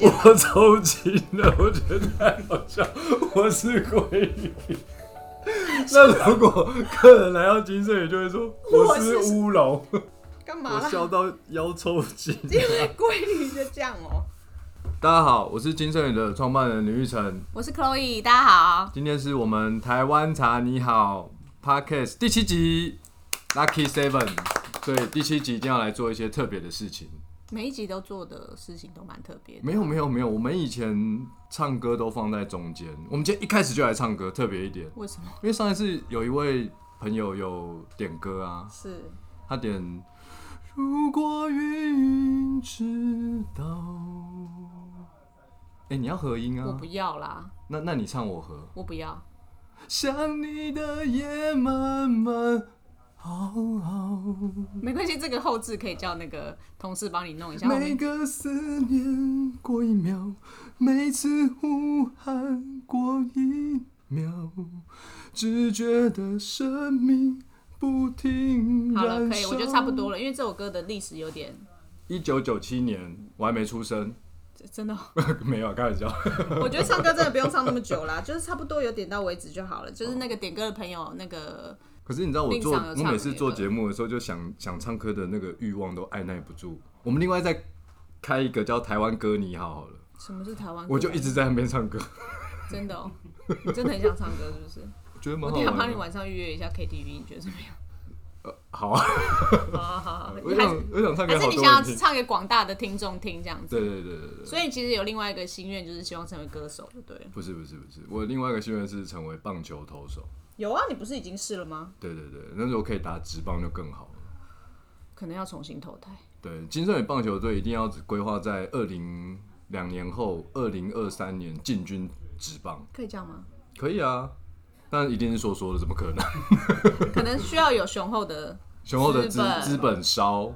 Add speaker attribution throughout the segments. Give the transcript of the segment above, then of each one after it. Speaker 1: 我抽筋了，我觉得太好笑，我是鲑鱼。那如果客人来到金圣宇，就会说我
Speaker 2: 我
Speaker 1: 是
Speaker 2: 是啊
Speaker 1: 乌龙，
Speaker 2: 干嘛
Speaker 1: 我
Speaker 2: 啦？
Speaker 1: 笑到腰抽筋。
Speaker 2: 因为鲑鱼就这样哦、
Speaker 1: 大家好，我是金圣宇的创办人吕玉成，
Speaker 2: 我是 Chloe，大家好。
Speaker 1: 今天是我们台湾茶你好 Podcast 第七集 Lucky Seven，所以第七集一定要来做一些特别的事情。
Speaker 2: 每一集都做的事情都蛮特别的，
Speaker 1: 没有没有没有，我们以前唱歌都放在中间，我们今天一开始就来唱歌，特别一点。
Speaker 2: 为什么？
Speaker 1: 因为上一次有一位朋友有点歌啊，
Speaker 2: 是
Speaker 1: 他点“如果云知道”，哎、你要合音
Speaker 2: 我
Speaker 1: 啊
Speaker 2: 不？要啦，
Speaker 1: 那那你唱我和。
Speaker 2: 我不要。
Speaker 1: 想你的夜慢慢熬，
Speaker 2: 没关系，这个后置可以叫那个同事帮你弄一下。我
Speaker 1: 每
Speaker 2: 们
Speaker 1: 个思念过一秒，每次呼喊过一秒，只觉得生命不停
Speaker 2: 好了，
Speaker 1: 燃烧。
Speaker 2: 可以，我觉得差不多了，因为这首歌的历史有点
Speaker 1: 一九九七年，我还没出生，
Speaker 2: 真的，
Speaker 1: 没有开玩笑。
Speaker 2: 我觉得唱歌真的不用唱那么久啦， 就是差不多有点到为止就好了。就是那个点歌的朋友，那个
Speaker 1: 可是你知道我做，
Speaker 2: 另上有
Speaker 1: 我
Speaker 2: 唱
Speaker 1: 每次做
Speaker 2: 别的
Speaker 1: 节目的时候，就想想唱歌的那个欲望都按耐不住。我们另外再开一个叫台湾歌你好好了，
Speaker 2: 什么是台湾歌？
Speaker 1: 我就一直在那边唱 歌，
Speaker 2: 真的哦、你真的很想唱歌是不是？
Speaker 1: 我觉得
Speaker 2: 我
Speaker 1: 蛮好
Speaker 2: 等一下帮
Speaker 1: 玩
Speaker 2: 你
Speaker 1: 的。
Speaker 2: 晚上预约一下 KTV，你觉得怎么 样？
Speaker 1: 好啊，
Speaker 2: 好好好好，
Speaker 1: 我
Speaker 2: 你还
Speaker 1: 想我想唱给
Speaker 2: 还是
Speaker 1: 好
Speaker 2: 你
Speaker 1: 多
Speaker 2: 想要
Speaker 1: 人听。
Speaker 2: 唱给 广大的听众听这样子。
Speaker 1: 对对对对对，
Speaker 2: 所以其实有另外一个心愿，就是希望成为歌手，就对了。
Speaker 1: 不是不是不是，我另外一个心愿是成为棒球投手。
Speaker 2: 有啊，你不是已经试了吗？
Speaker 1: 对对对，那如果可以打直棒就更好了。
Speaker 2: 可能要重新投胎。
Speaker 1: 对，金圣宇棒球队一定要只规划在二零两年后，二零二三年进军职棒。
Speaker 2: 可以这样吗？
Speaker 1: 可以啊，但一定是说说的，怎么可 能？
Speaker 2: 可能需要有雄厚的，
Speaker 1: 雄厚的
Speaker 2: 资
Speaker 1: 资
Speaker 2: 本
Speaker 1: 资本烧，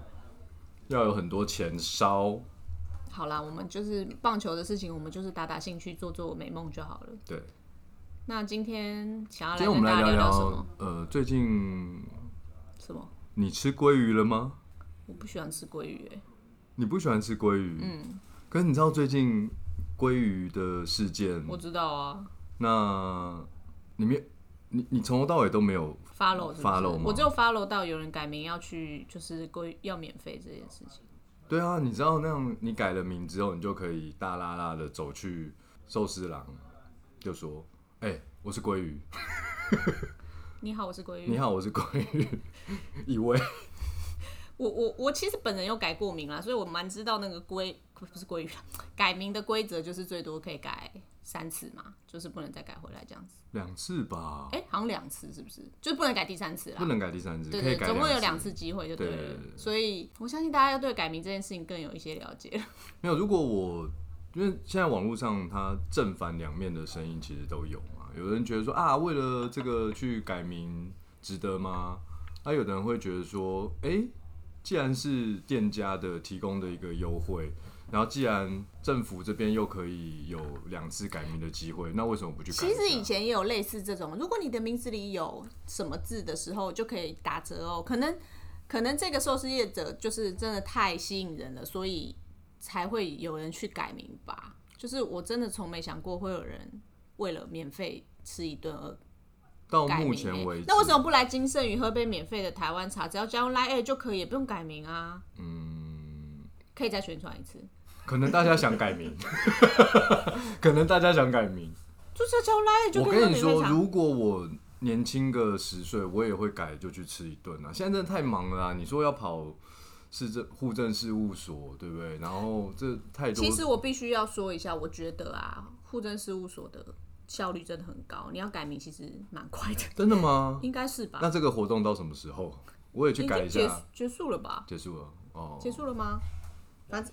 Speaker 1: 要有很多钱烧。
Speaker 2: 好啦，我们就是棒球的事情，我们就是打打兴趣，做做美梦就好了。
Speaker 1: 对，
Speaker 2: 那今天想要
Speaker 1: 今天
Speaker 2: 来
Speaker 1: 我
Speaker 2: 跟
Speaker 1: 们
Speaker 2: 大
Speaker 1: 来
Speaker 2: 家
Speaker 1: 聊
Speaker 2: 聊什么？
Speaker 1: 呃，最近
Speaker 2: 什么？
Speaker 1: 你吃鲑鱼了吗？
Speaker 2: 我不喜欢吃鲑鱼、
Speaker 1: 嗯
Speaker 2: 欸，
Speaker 1: 你不喜欢吃鲑鱼，嗯，可是你知道最近鲑鱼的事件，
Speaker 2: 我知道啊
Speaker 1: 那里面你你从头到尾都没有
Speaker 2: ，follow 是不是
Speaker 1: follow 吗
Speaker 2: 我只有 follow 到有人改名要去，就是鲑要免费这件事情。
Speaker 1: 对啊，你知道那样，你改了名之后，你就可以大啦啦的走去寿司郎，就说：“哎、我是鲑鱼，
Speaker 2: 你好，我是鲑鱼。
Speaker 1: 你好，我是鲑鱼。”以为
Speaker 2: 我我我其实本人有改过名啦，所以我蛮知道那个规不是规矩，改名的规则就是最多可以改三次嘛，就是不能再改回来这样子。
Speaker 1: 两次吧，
Speaker 2: 哎、好像两次是不是？就不能改第三次
Speaker 1: 不
Speaker 2: 啦。
Speaker 1: 能改第三次，
Speaker 2: 对
Speaker 1: 可以
Speaker 2: 对，
Speaker 1: 改
Speaker 2: 总共有
Speaker 1: 两
Speaker 2: 两
Speaker 1: 次。
Speaker 2: 次机会就了。
Speaker 1: 对对对对
Speaker 2: 所以我相信大家要对改名这件事情更有一些了解了。
Speaker 1: 没有，如果我因为现在网络上它正反两面的声音其实都有嘛，有人觉得说啊，为了这个去改名值得吗？啊，有的人会觉得说，哎、既然是店家的提供的一个优惠，然后既然政府这边又可以有两次改名的机会，那为什么不去改一
Speaker 2: 其
Speaker 1: 下？
Speaker 2: 实以前也有类似这种，如果你的名字里有什么字的时候，就可以打折哦。可能可能这个寿司业者就是真的太吸引人了，所以才会有人去改名吧。就是我真的从没想过会有人为了免费吃一顿而
Speaker 1: 到
Speaker 2: 改
Speaker 1: 哦目
Speaker 2: 名、
Speaker 1: 前
Speaker 2: 欸
Speaker 1: 为止，
Speaker 2: 那为什么 不来金圣宇喝杯免费的台湾茶？只要加入 Line 就可以，也不用改名啊。
Speaker 1: 嗯，
Speaker 2: 可以再宣传一次，
Speaker 1: 可能大家想改名， 可能大家想改名。
Speaker 2: 就是要加入 Line 就
Speaker 1: 我
Speaker 2: 可以喝
Speaker 1: 跟你
Speaker 2: 免费
Speaker 1: 说，
Speaker 2: 茶。
Speaker 1: 如果我年轻个十岁，我也会改，就去吃一顿啊。现在真的太忙了啊！你说要跑市政户政事务所，对不对？然后这太多
Speaker 2: 其，实我必须要说一下，我觉得啊，户政事务所的效率真的很高。你要改名其实蛮快的，
Speaker 1: 真的吗？
Speaker 2: 应该是吧？
Speaker 1: 那这个活动到什么时候？我也去
Speaker 2: 已
Speaker 1: 改
Speaker 2: 经
Speaker 1: 一
Speaker 2: 结
Speaker 1: 下。啊
Speaker 2: 结束了吧？
Speaker 1: 结束了哦，
Speaker 2: 结束了吗？反正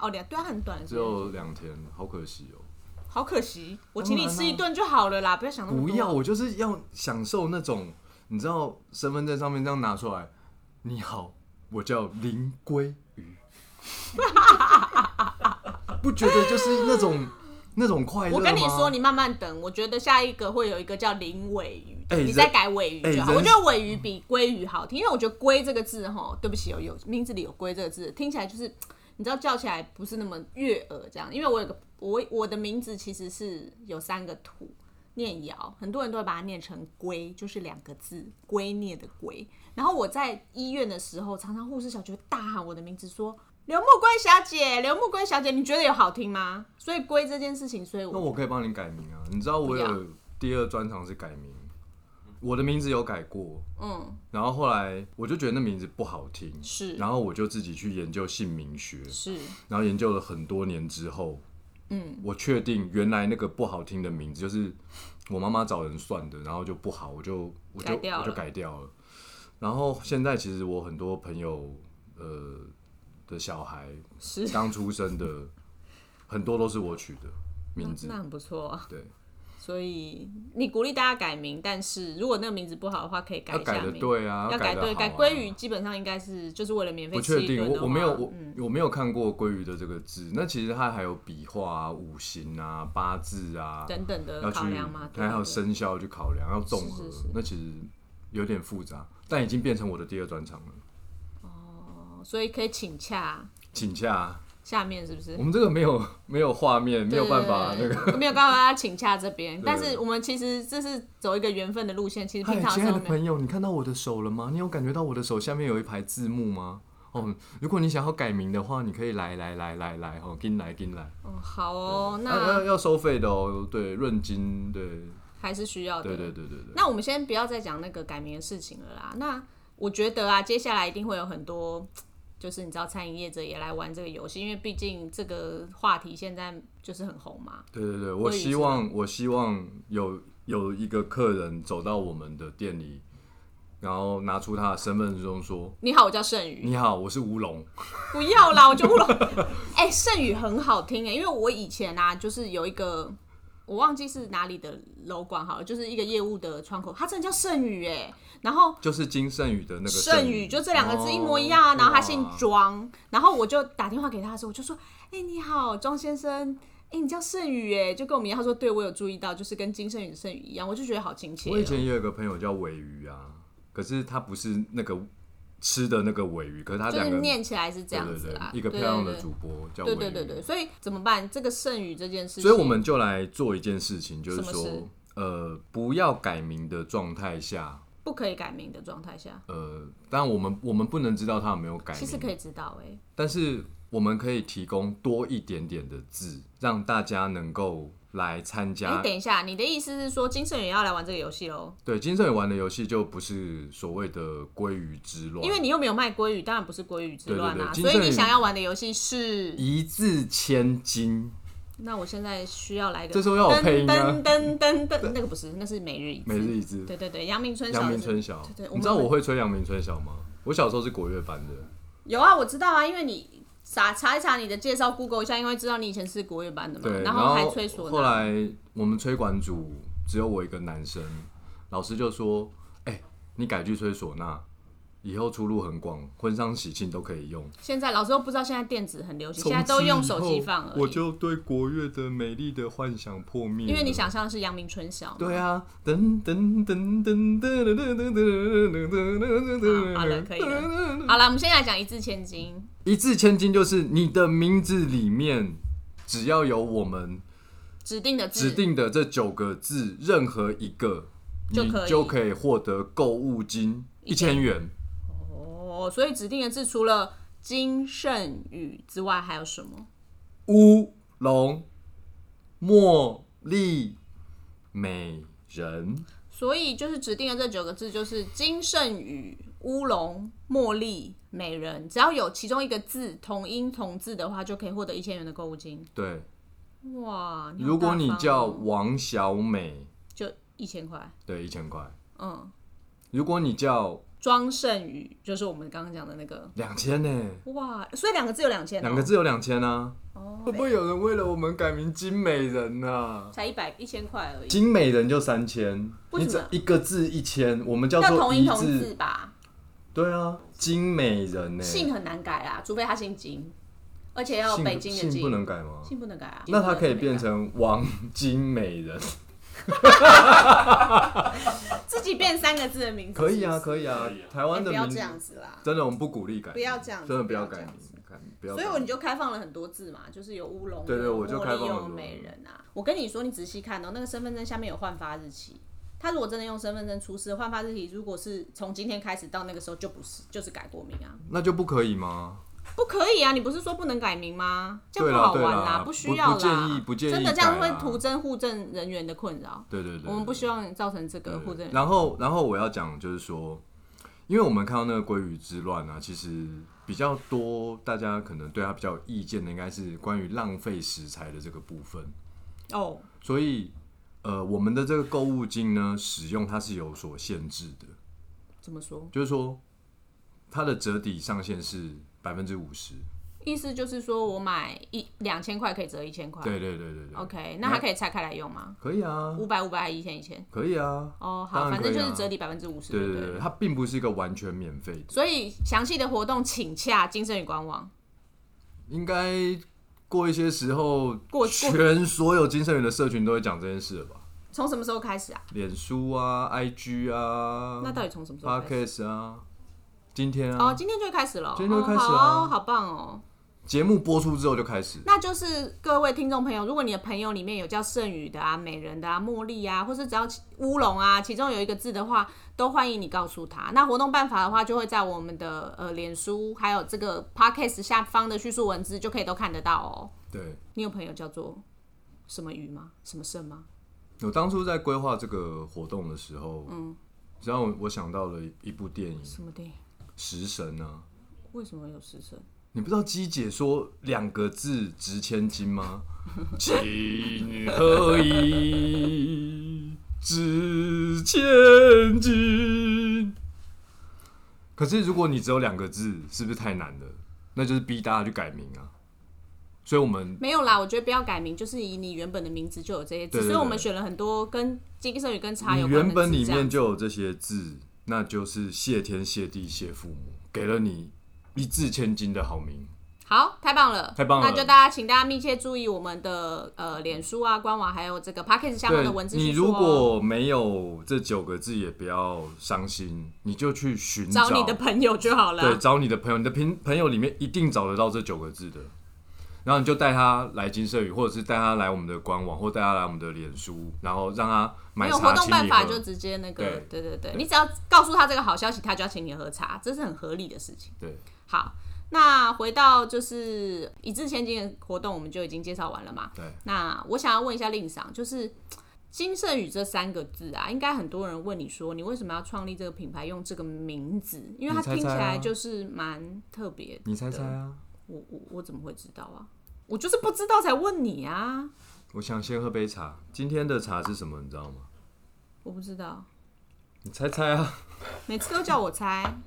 Speaker 2: 哦，两对啊，很短的
Speaker 1: 只
Speaker 2: 时间，
Speaker 1: 有两天，好可惜哦。
Speaker 2: 好可惜。我
Speaker 1: 当
Speaker 2: 请
Speaker 1: 然
Speaker 2: 你
Speaker 1: 啦
Speaker 2: 吃一顿就好了啦，不要想那么
Speaker 1: 不
Speaker 2: 多。
Speaker 1: 要，我就是要享受那种，你知道，身份证上面这样拿出来，你好，我叫林鲑鱼， 不觉得就是那种那种快乐
Speaker 2: 我跟你
Speaker 1: 吗
Speaker 2: 说，，你慢慢等，我觉得下一个会有一个叫林尾鱼的，
Speaker 1: 哎
Speaker 2: 你
Speaker 1: 人
Speaker 2: 再改尾鱼就好。
Speaker 1: 哎人
Speaker 2: 我觉得尾鱼比鲑鱼好听，因为我觉得“鲑”这个字哈，对不起哦，有名字里有“鲑”这个字，听起来就是你知道叫起来不是那么悦耳这样，因为我有个我我的名字其实是有三个土念瑶，很多人都会把它念成龟，就是两个字龟念的龟。然后我在医院的时候，常常护士小姐会大喊我的名字说。刘木龟小姐，刘木龟小姐，你觉得有好听吗？所以龟这件事情，所以
Speaker 1: 那
Speaker 2: 我
Speaker 1: 我可以帮你改名啊。你知道我
Speaker 2: 不要
Speaker 1: 有第二专长是改名，我的名字有改过，
Speaker 2: 嗯
Speaker 1: 然后后来我就觉得那名字不好听，
Speaker 2: 是
Speaker 1: 然后我就自己去研究姓名学，
Speaker 2: 是
Speaker 1: 然后研究了很多年之后，
Speaker 2: 嗯，
Speaker 1: 我确定原来那个不好听的名字就是我妈妈找人算的，然后就不好，我就我就
Speaker 2: 改掉了
Speaker 1: 我就改掉了。然后现在其实我很多朋友呃的小孩
Speaker 2: 是，
Speaker 1: 刚出生的， 很多都是我取的名字
Speaker 2: 那，很不错啊。
Speaker 1: 对，
Speaker 2: 所以你鼓励大家改名，但是如果那个名字不好的话，可以改
Speaker 1: 要
Speaker 2: 一下
Speaker 1: 改的
Speaker 2: 名。
Speaker 1: 对啊，改
Speaker 2: 要改
Speaker 1: 的、
Speaker 2: 对，
Speaker 1: 啊、
Speaker 2: 改鲑鱼基本上应该是就是为了免费
Speaker 1: 不
Speaker 2: 吃
Speaker 1: 确
Speaker 2: 一顿
Speaker 1: 定，
Speaker 2: 的话
Speaker 1: 我我没有我、
Speaker 2: 嗯
Speaker 1: 我没有看过鲑鱼的这个字。那其实它还有笔画啊、五行啊、八字啊，
Speaker 2: 等等的
Speaker 1: 要去
Speaker 2: 呃考量嘛，对
Speaker 1: 还有
Speaker 2: 对
Speaker 1: 生肖去考量，要综合。
Speaker 2: 是是是
Speaker 1: 那其实有点复杂，但已经变成我的第二专长了。
Speaker 2: 哦所以可以请洽
Speaker 1: 请假，啊
Speaker 2: 下面是不是
Speaker 1: 我？们这个没有没有画面，没有办法那
Speaker 2: 对
Speaker 1: 个。
Speaker 2: 对对 没有办法请洽这边，
Speaker 1: 对
Speaker 2: 但是我们其实这是走一个缘分的路线，其实
Speaker 1: 嗨
Speaker 2: 平，常的
Speaker 1: 哎亲
Speaker 2: 时
Speaker 1: 爱
Speaker 2: 候
Speaker 1: 的
Speaker 2: 没有。
Speaker 1: 朋友，你看到我的手了吗？你有感觉到我的手下面有一排字幕吗？
Speaker 2: 嗯
Speaker 1: 哦，如果你想要改名的话，你可以来来来来来，哦，跟来跟来。
Speaker 2: 哦好哦，
Speaker 1: 啊要
Speaker 2: 那
Speaker 1: 要收费的哦，对，润金，对，
Speaker 2: 还是需要的。
Speaker 1: 对对对对对。
Speaker 2: 那我们先不要再讲那个改名的事情了啦。那我觉得啊，接下来一定会有很多，就是你知道，餐饮业者也来玩这个游戏，因为毕竟这个话题现在就是很红嘛。
Speaker 1: 对对对，我
Speaker 2: 对
Speaker 1: 希
Speaker 2: 是
Speaker 1: 望我希望有有一个客人走到我们的店里，然后拿出他的身份证说
Speaker 2: 你好，我叫盛：“宇。
Speaker 1: 你好，我是乌龙。
Speaker 2: 不要啦，我就不了。 哎、盛宇很好听哎、因为我以前啊，就是有一个我忘记是哪里的楼管好了，就是一个业务的窗口，他真的叫盛宇哎、然后”
Speaker 1: 就是金圣宇的那个
Speaker 2: 剩
Speaker 1: 宇，
Speaker 2: 宇，就这两个字一模一样啊。
Speaker 1: 哦
Speaker 2: 然后他姓
Speaker 1: 哇
Speaker 2: 庄，然后我就打电话给他的时候，我就说：“哎、你好，庄先生，哎、你叫剩宇哎，就跟我们一样。”他说：“对，我有注意到，就是跟金圣宇的剩宇一样。”我就觉得好亲切、
Speaker 1: 我以
Speaker 2: 哦。
Speaker 1: 前也有个朋友叫尾鱼啊，可是他不是那个吃的那个尾鱼，可是他
Speaker 2: 就
Speaker 1: 两
Speaker 2: 是
Speaker 1: 个
Speaker 2: 念起来是这
Speaker 1: 对
Speaker 2: 样
Speaker 1: 对
Speaker 2: 子啦，
Speaker 1: 对，一个漂
Speaker 2: 对
Speaker 1: 亮的主播叫尾
Speaker 2: 对
Speaker 1: 鱼。
Speaker 2: 对对对对，所以怎么办？这个剩宇这件事情，
Speaker 1: 所以我们就来做一件事情，就是
Speaker 2: 什么事
Speaker 1: 说，呃，不要改名的状态下，
Speaker 2: 不可以改名的状态下，
Speaker 1: 呃，当然我们我们不能知道他有没有改名，
Speaker 2: 其实可以知道哎、
Speaker 1: 但是我们可以提供多一点点的字，让大家能够来参
Speaker 2: 哎、
Speaker 1: 加。
Speaker 2: 等一下，你的意思是说金圣宇要来玩这个游戏喽？
Speaker 1: 对，金圣宇玩的游戏就不是所谓的鲑鱼之乱，
Speaker 2: 因为你又没有卖鲑鱼，当然不是鲑鱼之
Speaker 1: 啊对对
Speaker 2: 乱
Speaker 1: 对
Speaker 2: 啊。
Speaker 1: 金
Speaker 2: 所以
Speaker 1: 圣
Speaker 2: 你
Speaker 1: 宇
Speaker 2: 想要玩的游戏是
Speaker 1: 一字千金。
Speaker 2: 那我现在需要来一个，
Speaker 1: 这时候要有配音啊
Speaker 2: 噔噔噔噔噔，那个不是，那是每日一字。
Speaker 1: 每日一字
Speaker 2: 对对对，阳明春晓。
Speaker 1: 阳明春晓
Speaker 2: 对对，我
Speaker 1: 你知道
Speaker 2: 们
Speaker 1: 我会吹阳明春晓吗？我小时候是国乐班的，
Speaker 2: 有啊，我知道啊，因为你查查一查你的介绍，Google 一下，因为知道你以前是国乐班的嘛
Speaker 1: 对，，
Speaker 2: 然
Speaker 1: 后
Speaker 2: 还吹唢
Speaker 1: 后
Speaker 2: 呐。
Speaker 1: 来我们吹管组只有我一个男生，老师就说：“哎、你改去吹唢呐，以后出路很广，婚丧喜庆都可以用。”
Speaker 2: 现在老师都不知道现在电子很流行，现在都用手机放而
Speaker 1: 我
Speaker 2: 已。
Speaker 1: 就对国乐的美丽的幻想破灭。
Speaker 2: 因为你，想象的是阳明春晓嘛。
Speaker 1: 对啊，噔噔噔噔噔噔噔噔噔噔噔噔。了。
Speaker 2: 好了，我们先来讲一字千金。
Speaker 1: 一字千金就是你的名字里面，只要有我们
Speaker 2: 指定的字，
Speaker 1: 指定的这九个字，任何一个，
Speaker 2: 就
Speaker 1: 你
Speaker 2: 可以
Speaker 1: 就可以获得购物金一千元。
Speaker 2: 哦，所以指定的字除了金圣宇之外，还有什么？
Speaker 1: 乌龙、茉莉、美人。
Speaker 2: 所以就是指定的这九个字，就是金圣宇、乌龙、茉莉、美人，只要有其中一个字同音同字的话，就可以获得一千元的购物金。
Speaker 1: 对，
Speaker 2: 哇！好
Speaker 1: 如果你
Speaker 2: 大方哦
Speaker 1: 叫王小美，
Speaker 2: 就一千块，
Speaker 1: 对，一千块；
Speaker 2: 嗯，
Speaker 1: 如果你叫
Speaker 2: 庄圣宇就是我们刚刚讲的那个。
Speaker 1: 两千呢，
Speaker 2: 哇，所以两个字有两千、哦，
Speaker 1: 两个字有两千啊。
Speaker 2: 哦
Speaker 1: 会不会有人为了我们改名金美人啊？
Speaker 2: 才一百一千块而已，
Speaker 1: 金美人就三千，
Speaker 2: 为
Speaker 1: 你
Speaker 2: 什么
Speaker 1: 这一个字一千，我们叫
Speaker 2: 要
Speaker 1: 做
Speaker 2: 同音
Speaker 1: 一
Speaker 2: 同字
Speaker 1: 字。
Speaker 2: 吧？
Speaker 1: 对啊，金美人呢？欸
Speaker 2: 姓很难改啦，除非他姓金，而且要
Speaker 1: 姓
Speaker 2: 北京的
Speaker 1: 姓
Speaker 2: 金，
Speaker 1: 不能改吗？
Speaker 2: 姓不能改啊。
Speaker 1: 那它可以变
Speaker 2: 姓
Speaker 1: 成王金美 人，
Speaker 2: 不能改自己变三个字的名字，
Speaker 1: 可以啊，
Speaker 2: 是不是
Speaker 1: 可以啊
Speaker 3: 可以啊。
Speaker 1: 台湾
Speaker 2: 哎
Speaker 1: 的
Speaker 2: 不要
Speaker 1: 名
Speaker 2: 这样
Speaker 1: 字
Speaker 2: 子啦。
Speaker 1: 真的我们不鼓励改名，
Speaker 2: 不要这样子
Speaker 1: 真的不要
Speaker 2: 不
Speaker 1: 改
Speaker 2: 要这样
Speaker 1: 名，干不要
Speaker 2: 所
Speaker 1: 干。
Speaker 2: 以我你就开放了很多字嘛，就是有乌龙，
Speaker 1: 对对
Speaker 2: 有
Speaker 1: 我就开放
Speaker 2: 茉莉
Speaker 1: 了
Speaker 2: 有
Speaker 1: 很多
Speaker 2: 美人啊。我跟你说，你仔细看哦，那个身份证下面有换发日期。他如果真的用身份证出示换发日期，如果是从今天开始到那个时候，就不是就是改过名啊，
Speaker 1: 那就不可以吗？
Speaker 2: 不可以啊！你不是说不能改名吗？这样
Speaker 1: 对
Speaker 2: 不
Speaker 1: 啦
Speaker 2: 好玩
Speaker 1: 对啦
Speaker 2: 不需
Speaker 1: 不
Speaker 2: 要啦，
Speaker 1: 不建议不建议
Speaker 2: 真的这样
Speaker 1: 改
Speaker 2: 会
Speaker 1: 啦
Speaker 2: 徒增户政人员的困扰。
Speaker 1: 对对对，
Speaker 2: 我们不希望造成这个
Speaker 1: 对
Speaker 2: 户政人员。
Speaker 1: 然后，然后我要讲就是说，因为我们看到那个鲑鱼之乱啊，其实比较多，大家可能对它比较有意见的，应该是关于浪费食材的这个部分。
Speaker 2: 哦，
Speaker 1: 所以，呃，我们的这个购物金呢，使用它是有所限制的，
Speaker 2: 怎么说？
Speaker 1: 就是说，它的折抵上限是百分之五十。
Speaker 2: 意思就是说我买一两千块可以折一千块。
Speaker 1: 对对对对对，
Speaker 2: OK，那它可以拆开来用吗？
Speaker 1: 可以啊，
Speaker 2: 五百五百一千一千。
Speaker 1: 可以啊。当
Speaker 2: 哦，好，
Speaker 1: 然
Speaker 2: 反正
Speaker 1: 可
Speaker 2: 就
Speaker 1: 以啊
Speaker 2: 是折抵百分之五十，
Speaker 1: 对
Speaker 2: 不
Speaker 1: 对对，它并不是一个完全免费的，
Speaker 2: 所以详细的活动请洽金盛宇官网。
Speaker 1: 应该过一些时候，
Speaker 2: 过过
Speaker 1: 全所有金盛源的社群都会讲这件事了吧？
Speaker 2: 从什么时候开始啊？
Speaker 1: 脸书啊、IG 啊、
Speaker 2: 那到底从什么时候开始？
Speaker 1: Podcast 啊，今天啊，
Speaker 2: 哦，今天就开始了哦，
Speaker 1: 今天就开始
Speaker 2: 哦
Speaker 1: 啊
Speaker 2: 好哦，好棒哦！
Speaker 1: 节目播出之后就开始。
Speaker 2: 那就是各位听众朋友，如果你的朋友里面有叫剩宇的啊、美人的啊、茉莉啊，或是只要其乌龙啊，其中有一个字的话，都欢迎你告诉他。那活动办法的话，就会在我们的呃脸书还有这个 podcast 下方的叙述文字就可以都看得到哦。
Speaker 1: 对，
Speaker 2: 你有朋友叫做什么宇吗？什么胜吗？
Speaker 1: 我当初在规划这个活动的时候，嗯，然后我想到了一部电影《
Speaker 2: 什么电影？
Speaker 1: 食神》啊。
Speaker 2: 为什么有食神？
Speaker 1: 你不知道鸡姐说两个字值千金吗？情何以值千金？可是如果你只有两个字，是不是太难了？那就是逼大家去改名啊。所以我们
Speaker 2: 没有啦，我觉得不要改名，就是以你原本的名字就有这些字，
Speaker 1: 对对
Speaker 2: 所以我们
Speaker 1: 对
Speaker 2: 选了很多跟金圣宇跟茶
Speaker 1: 你
Speaker 2: 有关的字
Speaker 1: 原本里
Speaker 2: 这样
Speaker 1: 面就有这些字，那就是谢天谢地谢父母，给了你一字千金的好名。
Speaker 2: 好，太棒了，
Speaker 1: 太棒了
Speaker 2: 那就大家请大家密切注意我们的呃脸书啊、官网，还有这个 podcast 下方的文字
Speaker 1: 你
Speaker 2: 叙述哦。
Speaker 1: 如果没有这九个字，也不要伤心，你就去寻
Speaker 2: 找你的朋友就好了
Speaker 1: 对，
Speaker 2: 啊。
Speaker 1: 找你的朋友，你的朋朋友里面一定找得到这九个字的。然后你就带他来金社宇，或者是带他来我们的官网，或带他来我们的脸书，然后让他买
Speaker 2: 没有活
Speaker 1: 茶
Speaker 2: 动
Speaker 1: 请
Speaker 2: 办
Speaker 1: 你
Speaker 2: 法
Speaker 1: 喝。
Speaker 2: 就直接那个，对
Speaker 1: 对
Speaker 2: 对对，你只要告诉他这个好消息，他就要请你喝茶，这是很合理的事情。
Speaker 1: 对，
Speaker 2: 好，那回到就是一掷千金的活动，我们就已经介绍完了嘛。
Speaker 1: 对。
Speaker 2: 那我想要问一下令赏，就是“金圣宇”这三个字啊，应该很多人问你说，你为什么要创立这个品牌，用这个名字？因为它
Speaker 1: 你猜猜
Speaker 2: 听起来
Speaker 1: 啊
Speaker 2: 就是蛮特别的。
Speaker 1: 你猜猜啊？
Speaker 2: 我我我怎么会知道啊？我就是不知道才问你啊！
Speaker 1: 我想先喝杯茶。今天的茶是什么？你知道吗？
Speaker 2: 我不知道，
Speaker 1: 你猜猜啊，
Speaker 2: 每次都叫我猜，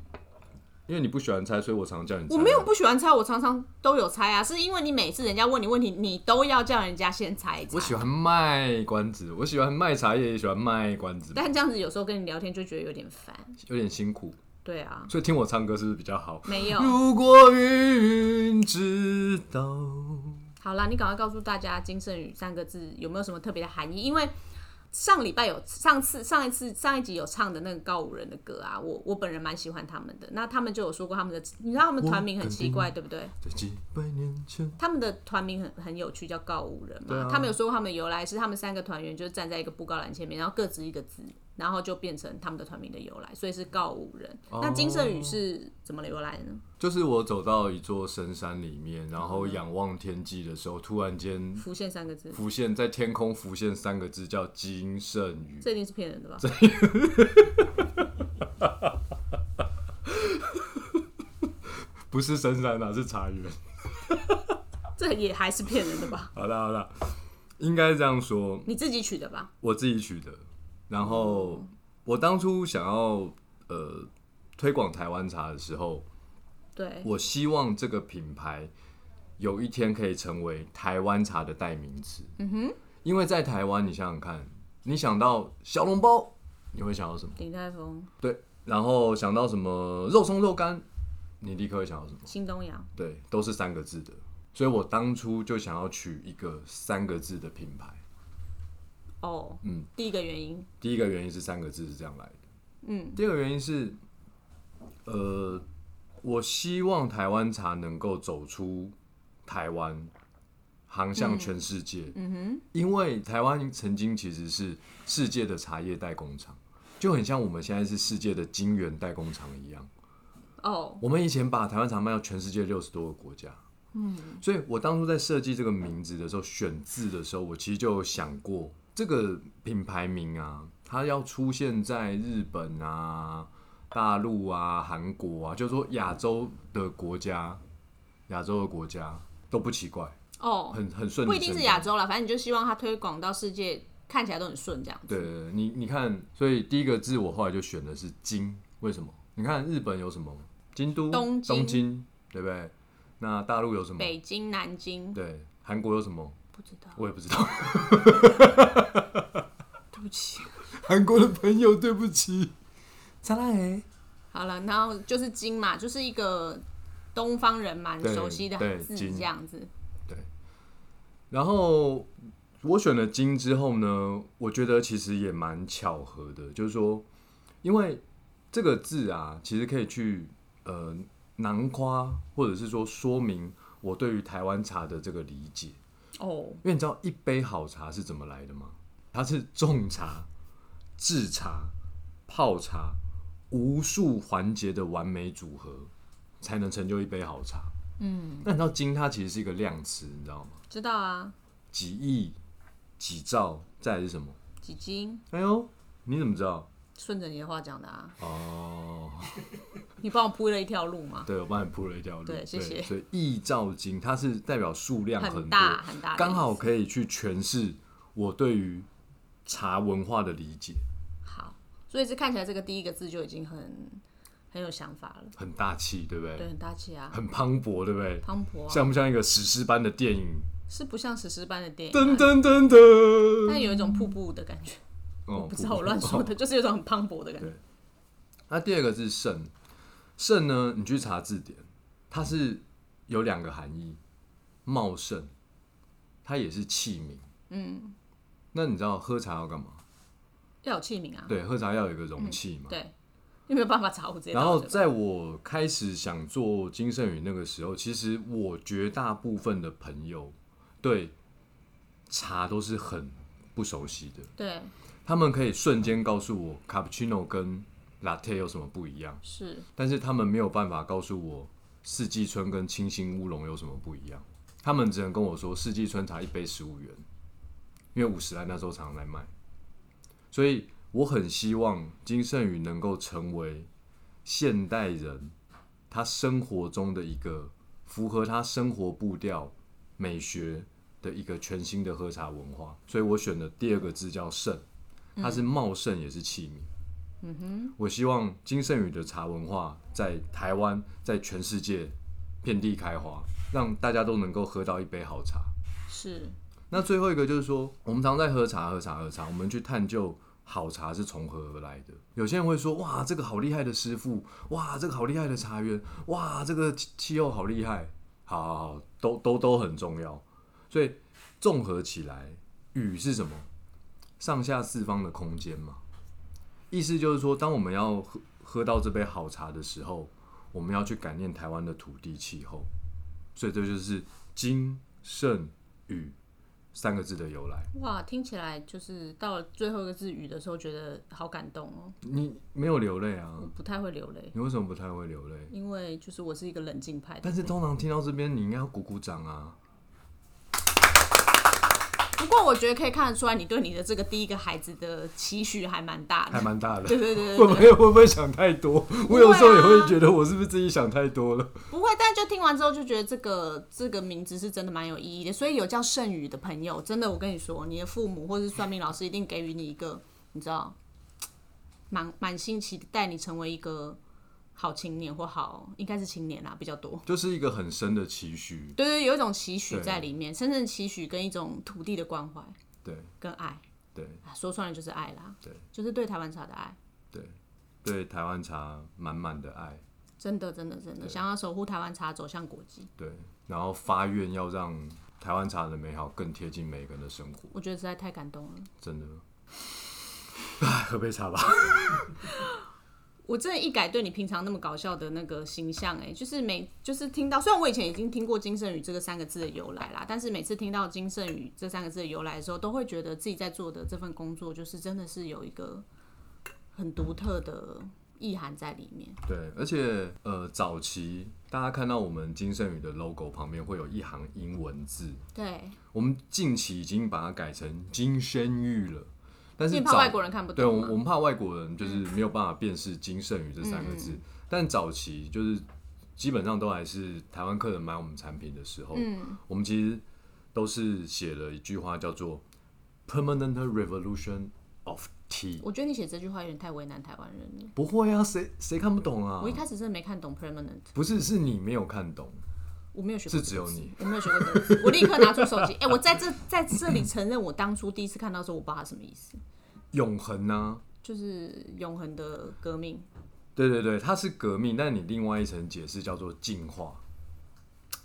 Speaker 1: 因为你不喜欢猜，所以我常常叫你猜。啊
Speaker 2: 我没有不喜欢猜，我常常都有猜啊，是因为你每次人家问你问题，你都要叫人家先猜一猜。
Speaker 1: 我喜欢卖关子，我喜欢卖茶叶，也喜欢卖关子，
Speaker 2: 但这样子有时候跟你聊天就觉得有点烦。
Speaker 1: 有点辛苦，
Speaker 2: 对啊，
Speaker 1: 所以听我唱歌是不是比较好？
Speaker 2: 没有。
Speaker 1: 如果云知道，
Speaker 2: 好啦，你赶快告诉大家“金圣宇”三个字有没有什么特别的含义？因为上礼拜有上次上一次上一集有唱的那个告五人的歌啊，我我本人蛮喜欢他们的。那他们就有说过他们的，你知道他们团名很奇怪，对不对？
Speaker 1: 在几百年前，
Speaker 2: 他们的团名很很有趣，叫告五人嘛。
Speaker 1: 对啊
Speaker 2: 他们有说过他们的由来是他们三个团员就是站在一个布告栏前面，然后各执一个字，然后就变成他们的团名的由来，所以是告五人。
Speaker 1: 哦
Speaker 2: 那金圣宇是怎么由来呢？
Speaker 1: 就是我走到一座深山里面，然后
Speaker 2: 嗯
Speaker 1: 仰望天际的时候，突然间
Speaker 2: 浮现三个字，
Speaker 1: 浮现在天空浮现三个字，叫金圣宇。
Speaker 2: 这一定是骗人的吧？
Speaker 1: 不是深山啊，是茶园。
Speaker 2: 这也还是骗人的吧？
Speaker 1: 好啦好啦，应该这样说，
Speaker 2: 你自己取的吧？
Speaker 1: 我自己取的。然后我当初想要呃推广台湾茶的时候，
Speaker 2: 对，
Speaker 1: 我希望这个品牌有一天可以成为台湾茶的代名词。嗯哼，因为在台湾，你想想看，你想到小笼包，你会想到什么？
Speaker 2: 鼎泰丰、
Speaker 1: 对，然后想到什么肉松肉干，你立刻会想到什么？
Speaker 2: 新东阳，
Speaker 1: 对，都是三个字的。所以我当初就想要取一个三个字的品牌。
Speaker 2: 哦，
Speaker 1: 嗯，
Speaker 2: 第一个原因，
Speaker 1: 第一个原因是三个字是这样来的，嗯，第二个原因是，呃，我希望台湾茶能够走出台湾，航向全世界。嗯哼，因为台湾曾经其实是世界的茶叶代工厂，就很像我们现在是世界的晶圆代工厂一样。
Speaker 2: 哦，
Speaker 1: 我们以前把台湾茶卖到全世界六十多个国家。嗯，所以我当初在设计这个名字的时候，选字的时候，我其实就有想过这个品牌名啊，它要出现在日本啊、大陆啊、韩国啊，就是说亚洲的国家，亚洲的国家都不奇怪，
Speaker 2: 哦，
Speaker 1: 很很顺理成章。
Speaker 2: 不一定是亚洲啦，反正你就希望它推广到世界，看起来都很顺这样子。
Speaker 1: 对对，对你你看，所以第一个字我后来就选的是京，为什么？你看日本有什么？京都、
Speaker 2: 东京
Speaker 1: 京对不对？那大陆有什么？
Speaker 2: 北京、南京，
Speaker 1: 嗯对，韩国有什么？
Speaker 2: 不知道，
Speaker 1: 我也不知道。
Speaker 2: 对不起。
Speaker 1: 韩国的朋友，对不起。查拉哎，
Speaker 2: 好了，然后就是金嘛，就是一个东方人蛮
Speaker 1: 对
Speaker 2: 熟悉的
Speaker 1: 对
Speaker 2: 字
Speaker 1: 金
Speaker 2: 这样子。
Speaker 1: 然后我选了金之后呢，我觉得其实也蛮巧合的，就是说，因为这个字啊，其实可以去呃囊括，或者是说说明我对于台湾茶的这个理解。
Speaker 2: 哦，
Speaker 1: 因为你知道一杯好茶是怎么来的吗？它是种茶、制茶、泡茶无数环节的完美组合，才能成就一杯好茶。嗯，那你知道金它其实是一个量词，你知道吗？
Speaker 2: 知道啊，
Speaker 1: 几亿、几兆，再来是什么？
Speaker 2: 几斤？
Speaker 1: 哎呦，你怎么知道？
Speaker 2: 顺着你的话讲的啊，
Speaker 1: 哦，
Speaker 2: 你帮我铺了一条路嘛，
Speaker 1: 对，我帮你铺了一条路。
Speaker 2: 对谢谢
Speaker 1: 所以亿兆金，它是代表数量很多，
Speaker 2: 很大很大的意思，
Speaker 1: 刚好可以去诠释我对于茶文化的理解。
Speaker 2: 好，所以这看起来这个第一个字就已经很很有想法了，
Speaker 1: 很大气，对不对？
Speaker 2: 对，很大气啊，
Speaker 1: 很磅礴，对不对？
Speaker 2: 磅礴啊，
Speaker 1: 像不像一个史诗般的电影？
Speaker 2: 是不像史诗般的电影啊、
Speaker 1: 噔噔噔噔！
Speaker 2: 但有一种瀑布的感觉，
Speaker 1: 哦，
Speaker 2: 不知道我乱说的，就是有一种很磅礴的感觉
Speaker 1: 对。那第二个是肾，肾呢，你去查字典，它是有两个含义，茂盛，它也是器皿。
Speaker 2: 嗯，
Speaker 1: 那你知道喝茶要干嘛？
Speaker 2: 要有器皿啊，
Speaker 1: 对，喝茶要有一个容器嘛。
Speaker 2: 对，因为没有办法找我直接
Speaker 1: 然
Speaker 2: 倒
Speaker 1: 后
Speaker 2: 着
Speaker 1: 在我开始想做金圣宇那个时候，其实我绝大部分的朋友对茶都是很不熟悉的，
Speaker 2: 对
Speaker 1: 他们可以瞬间告诉我卡布奇诺跟 latte 有什么不一样，
Speaker 2: 是
Speaker 1: 但是他们没有办法告诉我四季春跟清新乌龙有什么不一样，他们只能跟我说四季春茶一杯十五元，因为五十来那时候常常在卖，所以我很希望金圣宇能够成为现代人他生活中的一个符合他生活步调美学的一个全新的喝茶文化，所以我选的第二个字叫盛，它是茂盛也是器皿。我希望金圣宇的茶文化在台湾，在全世界遍地开花，让大家都能够喝到一杯好茶。
Speaker 2: 是，
Speaker 1: 那最后一个就是说，我们常在喝茶、喝茶、喝茶，我们去探究好茶是从何而来的。有些人会说，哇，这个好厉害的师傅，哇，这个好厉害的茶园，哇，这个气气候好厉害，好好好，都都都很重要。所以综合起来，雨是什么？上下四方的空间嘛。意思就是说，当我们要喝喝到这杯好茶的时候，我们要去感念台湾的土地气候。所以这就是金圣雨三个字的由来。
Speaker 2: 哇，听起来就是到了最后一个字语的时候，觉得好感动哦。
Speaker 1: 你没有流泪啊
Speaker 2: 我？不太会流泪，
Speaker 1: 你为什么不太会流泪？
Speaker 2: 因为就是我是一个冷静派的
Speaker 1: 但。是通常听到这边，你应该要鼓鼓掌啊！
Speaker 2: 不过我觉得可以看得出来，你对你的这个第一个孩子的期许还蛮大
Speaker 1: 还
Speaker 2: 的。
Speaker 1: 蛮大的，
Speaker 2: 对对对对
Speaker 1: 会不会会不会想太多？我有时候也会觉得我是不是自己想太多了？
Speaker 2: 不会，但就听完之后就觉得这个这个名字是真的蛮有意义的。所以有叫剩余的朋友，真的我跟你说，你的父母或是算命老师一定给予你一个，你知道，满满心期待你成为一个好青年或好，应该是青年啦啊比较多。
Speaker 1: 就是一个很深的期许，
Speaker 2: 对对，有一种期许
Speaker 1: 嗯对
Speaker 2: 在里面，深深的期许跟一种土地的关怀
Speaker 1: 对
Speaker 2: 跟爱，
Speaker 1: 对
Speaker 2: 啊说穿了就是爱啦，
Speaker 1: 对，
Speaker 2: 就是对台湾茶的爱，
Speaker 1: 对对，台湾茶满满的爱，
Speaker 2: 真的真的真的，想要守护台湾茶走向国际，
Speaker 1: 对，然后发愿要让台湾茶的美好更贴近每个人的生活，
Speaker 2: 我觉得实在太感动了。
Speaker 1: 真的。唉，喝杯茶吧。
Speaker 2: 我真的一改对你平常那么搞笑的那个形象、哎，就是每就是听到，虽然我以前已经听过“金圣宇”这个三个字的由来啦，但是每次听到“金圣宇”这三个字的由来的时候，都会觉得自己在做的这份工作，就是真的是有一个很独特的意涵在里面。
Speaker 1: 对，而且呃，早期大家看到我们金圣宇的 logo 旁边会有一行英文字，
Speaker 2: 对，
Speaker 1: 我们近期已经把它改成金生玉了，但是
Speaker 2: 因为
Speaker 1: 早
Speaker 2: 怕外国人看不
Speaker 1: 对，我
Speaker 2: 懂
Speaker 1: 们
Speaker 2: 嘛
Speaker 1: 我。们怕外国人就是没有办法辨识“金圣宇”这三个
Speaker 2: 嗯
Speaker 1: 字，但早期就是基本上都还是台湾客人买我们产品的时候，
Speaker 2: 嗯
Speaker 1: 我们其实都是写了一句话叫做 “Permanent Revolution of Tea”。
Speaker 2: 我觉得你写这句话有点太为难台湾人了。
Speaker 1: 不会啊，谁谁看不懂啊
Speaker 2: 我一？开始真的没看懂 permanent，
Speaker 1: 不是，是你没有看懂，
Speaker 2: 我没有学过
Speaker 1: 是
Speaker 2: 这个
Speaker 1: 只有
Speaker 2: 字
Speaker 1: 你，
Speaker 2: 我没有学过这个字，我立刻拿出手机。哎、我在这在这里承认，我当初第一次看到的时候，我不知道它什么意思，
Speaker 1: 永恒啊。
Speaker 2: 就是永恒的革命。
Speaker 1: 对对对，它是革命，但你另外一层解释叫做进化。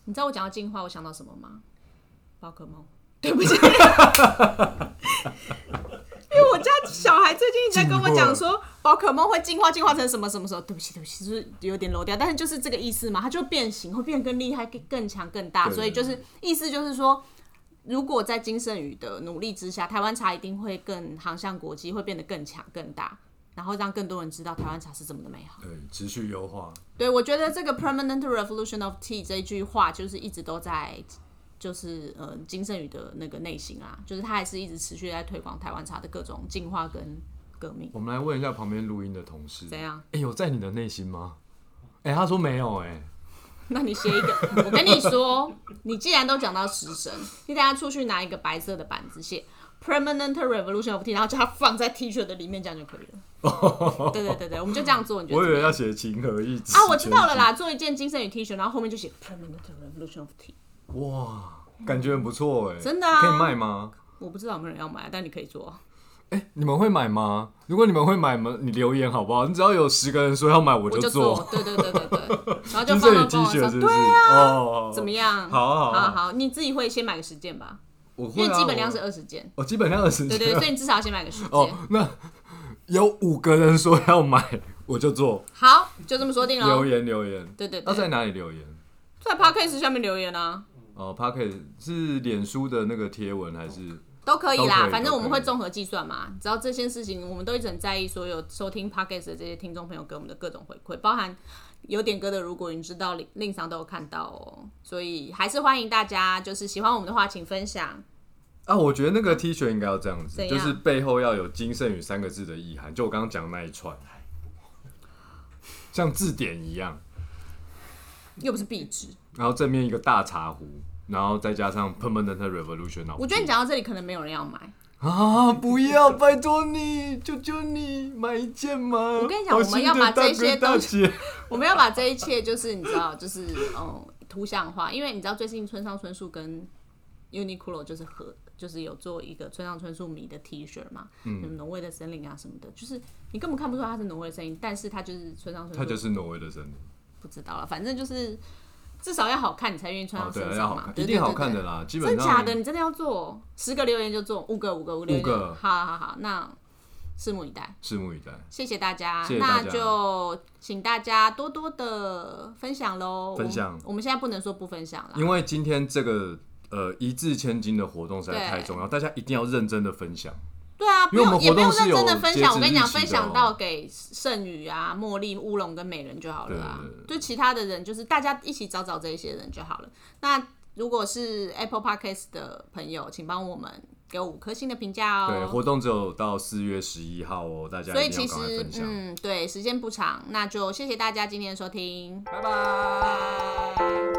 Speaker 2: 你知道我讲到进化，我想到什么吗？宝可梦。对不起，因为我家小孩最近一直在跟我讲说，宝可梦会进化，进化成什么什么什么。对不起，对不起，就是有点漏掉，但是就是这个意思嘛，它就会变形，会变得更厉害、更更强、更大。
Speaker 1: 对
Speaker 2: 所以就是意思就是说，如果在金圣宇的努力之下，台湾茶一定会更航向国际，会变得更强、更大，然后让更多人知道台湾茶是这么的美好。
Speaker 1: 对，持续优化。
Speaker 2: 对，我觉得这个 permanent revolution of tea 这一句话，就是一直都在，就是呃金圣宇的那个内心啊，就是他还是一直持续在推广台湾茶的各种进化跟革命。
Speaker 1: 我们来问一下旁边录音的同事，
Speaker 2: 怎样？
Speaker 1: 哎、有在你的内心吗？哎、他说没有、哎，
Speaker 2: 那你写一个，我跟你说，你既然都讲到食神，你等下出去拿一个白色的板子写 permanent revolution of tea，然后叫它放在 T 恤的里面，这样就可以了。对对对对，我们就这样做，你觉得
Speaker 1: 我以
Speaker 2: 怎么
Speaker 1: 为
Speaker 2: 样？
Speaker 1: 要写情何以止
Speaker 2: 啊，我知道了。啦，做一件金圣宇 T 恤，然后后面就写 permanent revolution of tea。
Speaker 1: 哇，感觉很不错哎、
Speaker 2: 真的啊
Speaker 1: 可以卖吗？
Speaker 2: 我不知道有没有人要买，但你可以做啊。
Speaker 1: 哎、你们会买吗？如果你们会买吗？你留言好不好？你只要有十个人说要买，我
Speaker 2: 我就
Speaker 1: 做。
Speaker 2: 对对对对对， 然后就
Speaker 1: 金
Speaker 2: 放
Speaker 1: 圣
Speaker 2: 到
Speaker 1: 宇 T
Speaker 2: 官网
Speaker 1: 恤
Speaker 2: 上，
Speaker 1: 是
Speaker 2: 对
Speaker 1: 不
Speaker 2: 啊
Speaker 1: 是？哦，
Speaker 2: 怎么样？
Speaker 1: 好啊好
Speaker 2: 好
Speaker 1: 啊
Speaker 2: 好，你自己会先买个十件吧，
Speaker 1: 我
Speaker 2: 因
Speaker 1: 会
Speaker 2: 为
Speaker 1: 啊。
Speaker 2: 基本量是
Speaker 1: 我
Speaker 2: 二十件，
Speaker 1: 哦，基本量二十。
Speaker 2: 对对，所以你至少要先买个十件。
Speaker 1: 哦，那有五个人说要买，我就做。
Speaker 2: 好，就这么说定
Speaker 1: 留
Speaker 2: 了。
Speaker 1: 言留言，
Speaker 2: 对对
Speaker 1: 要
Speaker 2: 对，
Speaker 1: 在哪里留言？
Speaker 2: 在 podcast 下面留言啊，
Speaker 1: 哦 p a c k e t 是脸书的那个贴文还是？
Speaker 2: 都可以
Speaker 1: 都
Speaker 2: 啦
Speaker 1: 可，以
Speaker 2: 反正我们
Speaker 1: 都可
Speaker 2: 会
Speaker 1: 以
Speaker 2: 综合计算嘛。只要这些事情，我们都一直很在意所有收听 podcast 的这些听众朋友给我们的各种回馈，包含。有点歌的，如果你知道令令上都有看到哦，所以还是欢迎大家，就是喜欢我们的话，请分享。
Speaker 1: 啊，我觉得那个 T 恤应该要这样子，
Speaker 2: 怎样
Speaker 1: 就是背后要有“金圣宇”三个字的意涵，就我刚刚讲的那一串，像字典一样，
Speaker 2: 又不是壁纸，
Speaker 1: 然后正面一个大茶壶，然后再加上 “permanent revolution”。
Speaker 2: 我觉得你讲到这里，可能没有人要买。
Speaker 1: 啊，不要，拜托你，求求你，买一件嘛！我
Speaker 2: 跟你讲我们要把这些
Speaker 1: 大哥
Speaker 2: 东
Speaker 1: 大姐，
Speaker 2: 我们要把这一切，就是你知道，就是嗯，图像化，因为你知道最近村上春树跟 Uniqlo 就是合，就是有做一个村上春树迷的 T 恤嘛，
Speaker 1: 嗯
Speaker 2: 什么挪威的森林啊什么的，就是你根本看不出来它是挪威的森林，但是它就是村上春
Speaker 1: 它
Speaker 2: 树，
Speaker 1: 就是挪威的森林。
Speaker 2: 不知道了，反正就是至少要好看，你才愿意穿
Speaker 1: 哦
Speaker 2: 到，
Speaker 1: 对
Speaker 2: 身，
Speaker 1: 要
Speaker 2: 上啊
Speaker 1: 好
Speaker 2: 嘛，
Speaker 1: 看，
Speaker 2: 对
Speaker 1: 一定好看的。啦，基
Speaker 2: 对对对
Speaker 1: 本
Speaker 2: 真假
Speaker 1: 上
Speaker 2: 的，你真的要做十个留言就做五个，五个，五个留言就，
Speaker 1: 五个
Speaker 2: 好好好，那拭目以待。
Speaker 1: 拭目以待。
Speaker 2: 谢谢大家，
Speaker 1: 谢谢大
Speaker 2: 那
Speaker 1: 家
Speaker 2: 就请大家多多的分享喽。
Speaker 1: 分享
Speaker 2: 我们我们现在不能说不分享啦。
Speaker 1: 因为今天这个呃一掷千金的活动实在
Speaker 2: 对
Speaker 1: 太重要，大家一定要认真的分享。
Speaker 2: 对啊，不
Speaker 1: 因为我
Speaker 2: 用
Speaker 1: 们
Speaker 2: 也
Speaker 1: 活
Speaker 2: 不用
Speaker 1: 动是
Speaker 2: 认
Speaker 1: 有
Speaker 2: 真的分享，
Speaker 1: 截止
Speaker 2: 我跟你讲，
Speaker 1: 日期的
Speaker 2: 分享
Speaker 1: 哦
Speaker 2: 到给剩宇啊、茉莉、乌龙跟美人就好了啊。
Speaker 1: 对对
Speaker 2: 就其他的人，就是大家一起找找这一些人就好了。那如果是 Apple Podcast 的朋友，请帮我们给我五颗星的评价
Speaker 1: 对，
Speaker 2: 哦。
Speaker 1: 活动只有到四月十一号哦，大家
Speaker 2: 所
Speaker 1: 一
Speaker 2: 以
Speaker 1: 定
Speaker 2: 其
Speaker 1: 要赶快
Speaker 2: 实
Speaker 1: 分，享。
Speaker 2: 嗯，对，时间不长，那就谢谢大家今天的收听。
Speaker 1: 拜拜。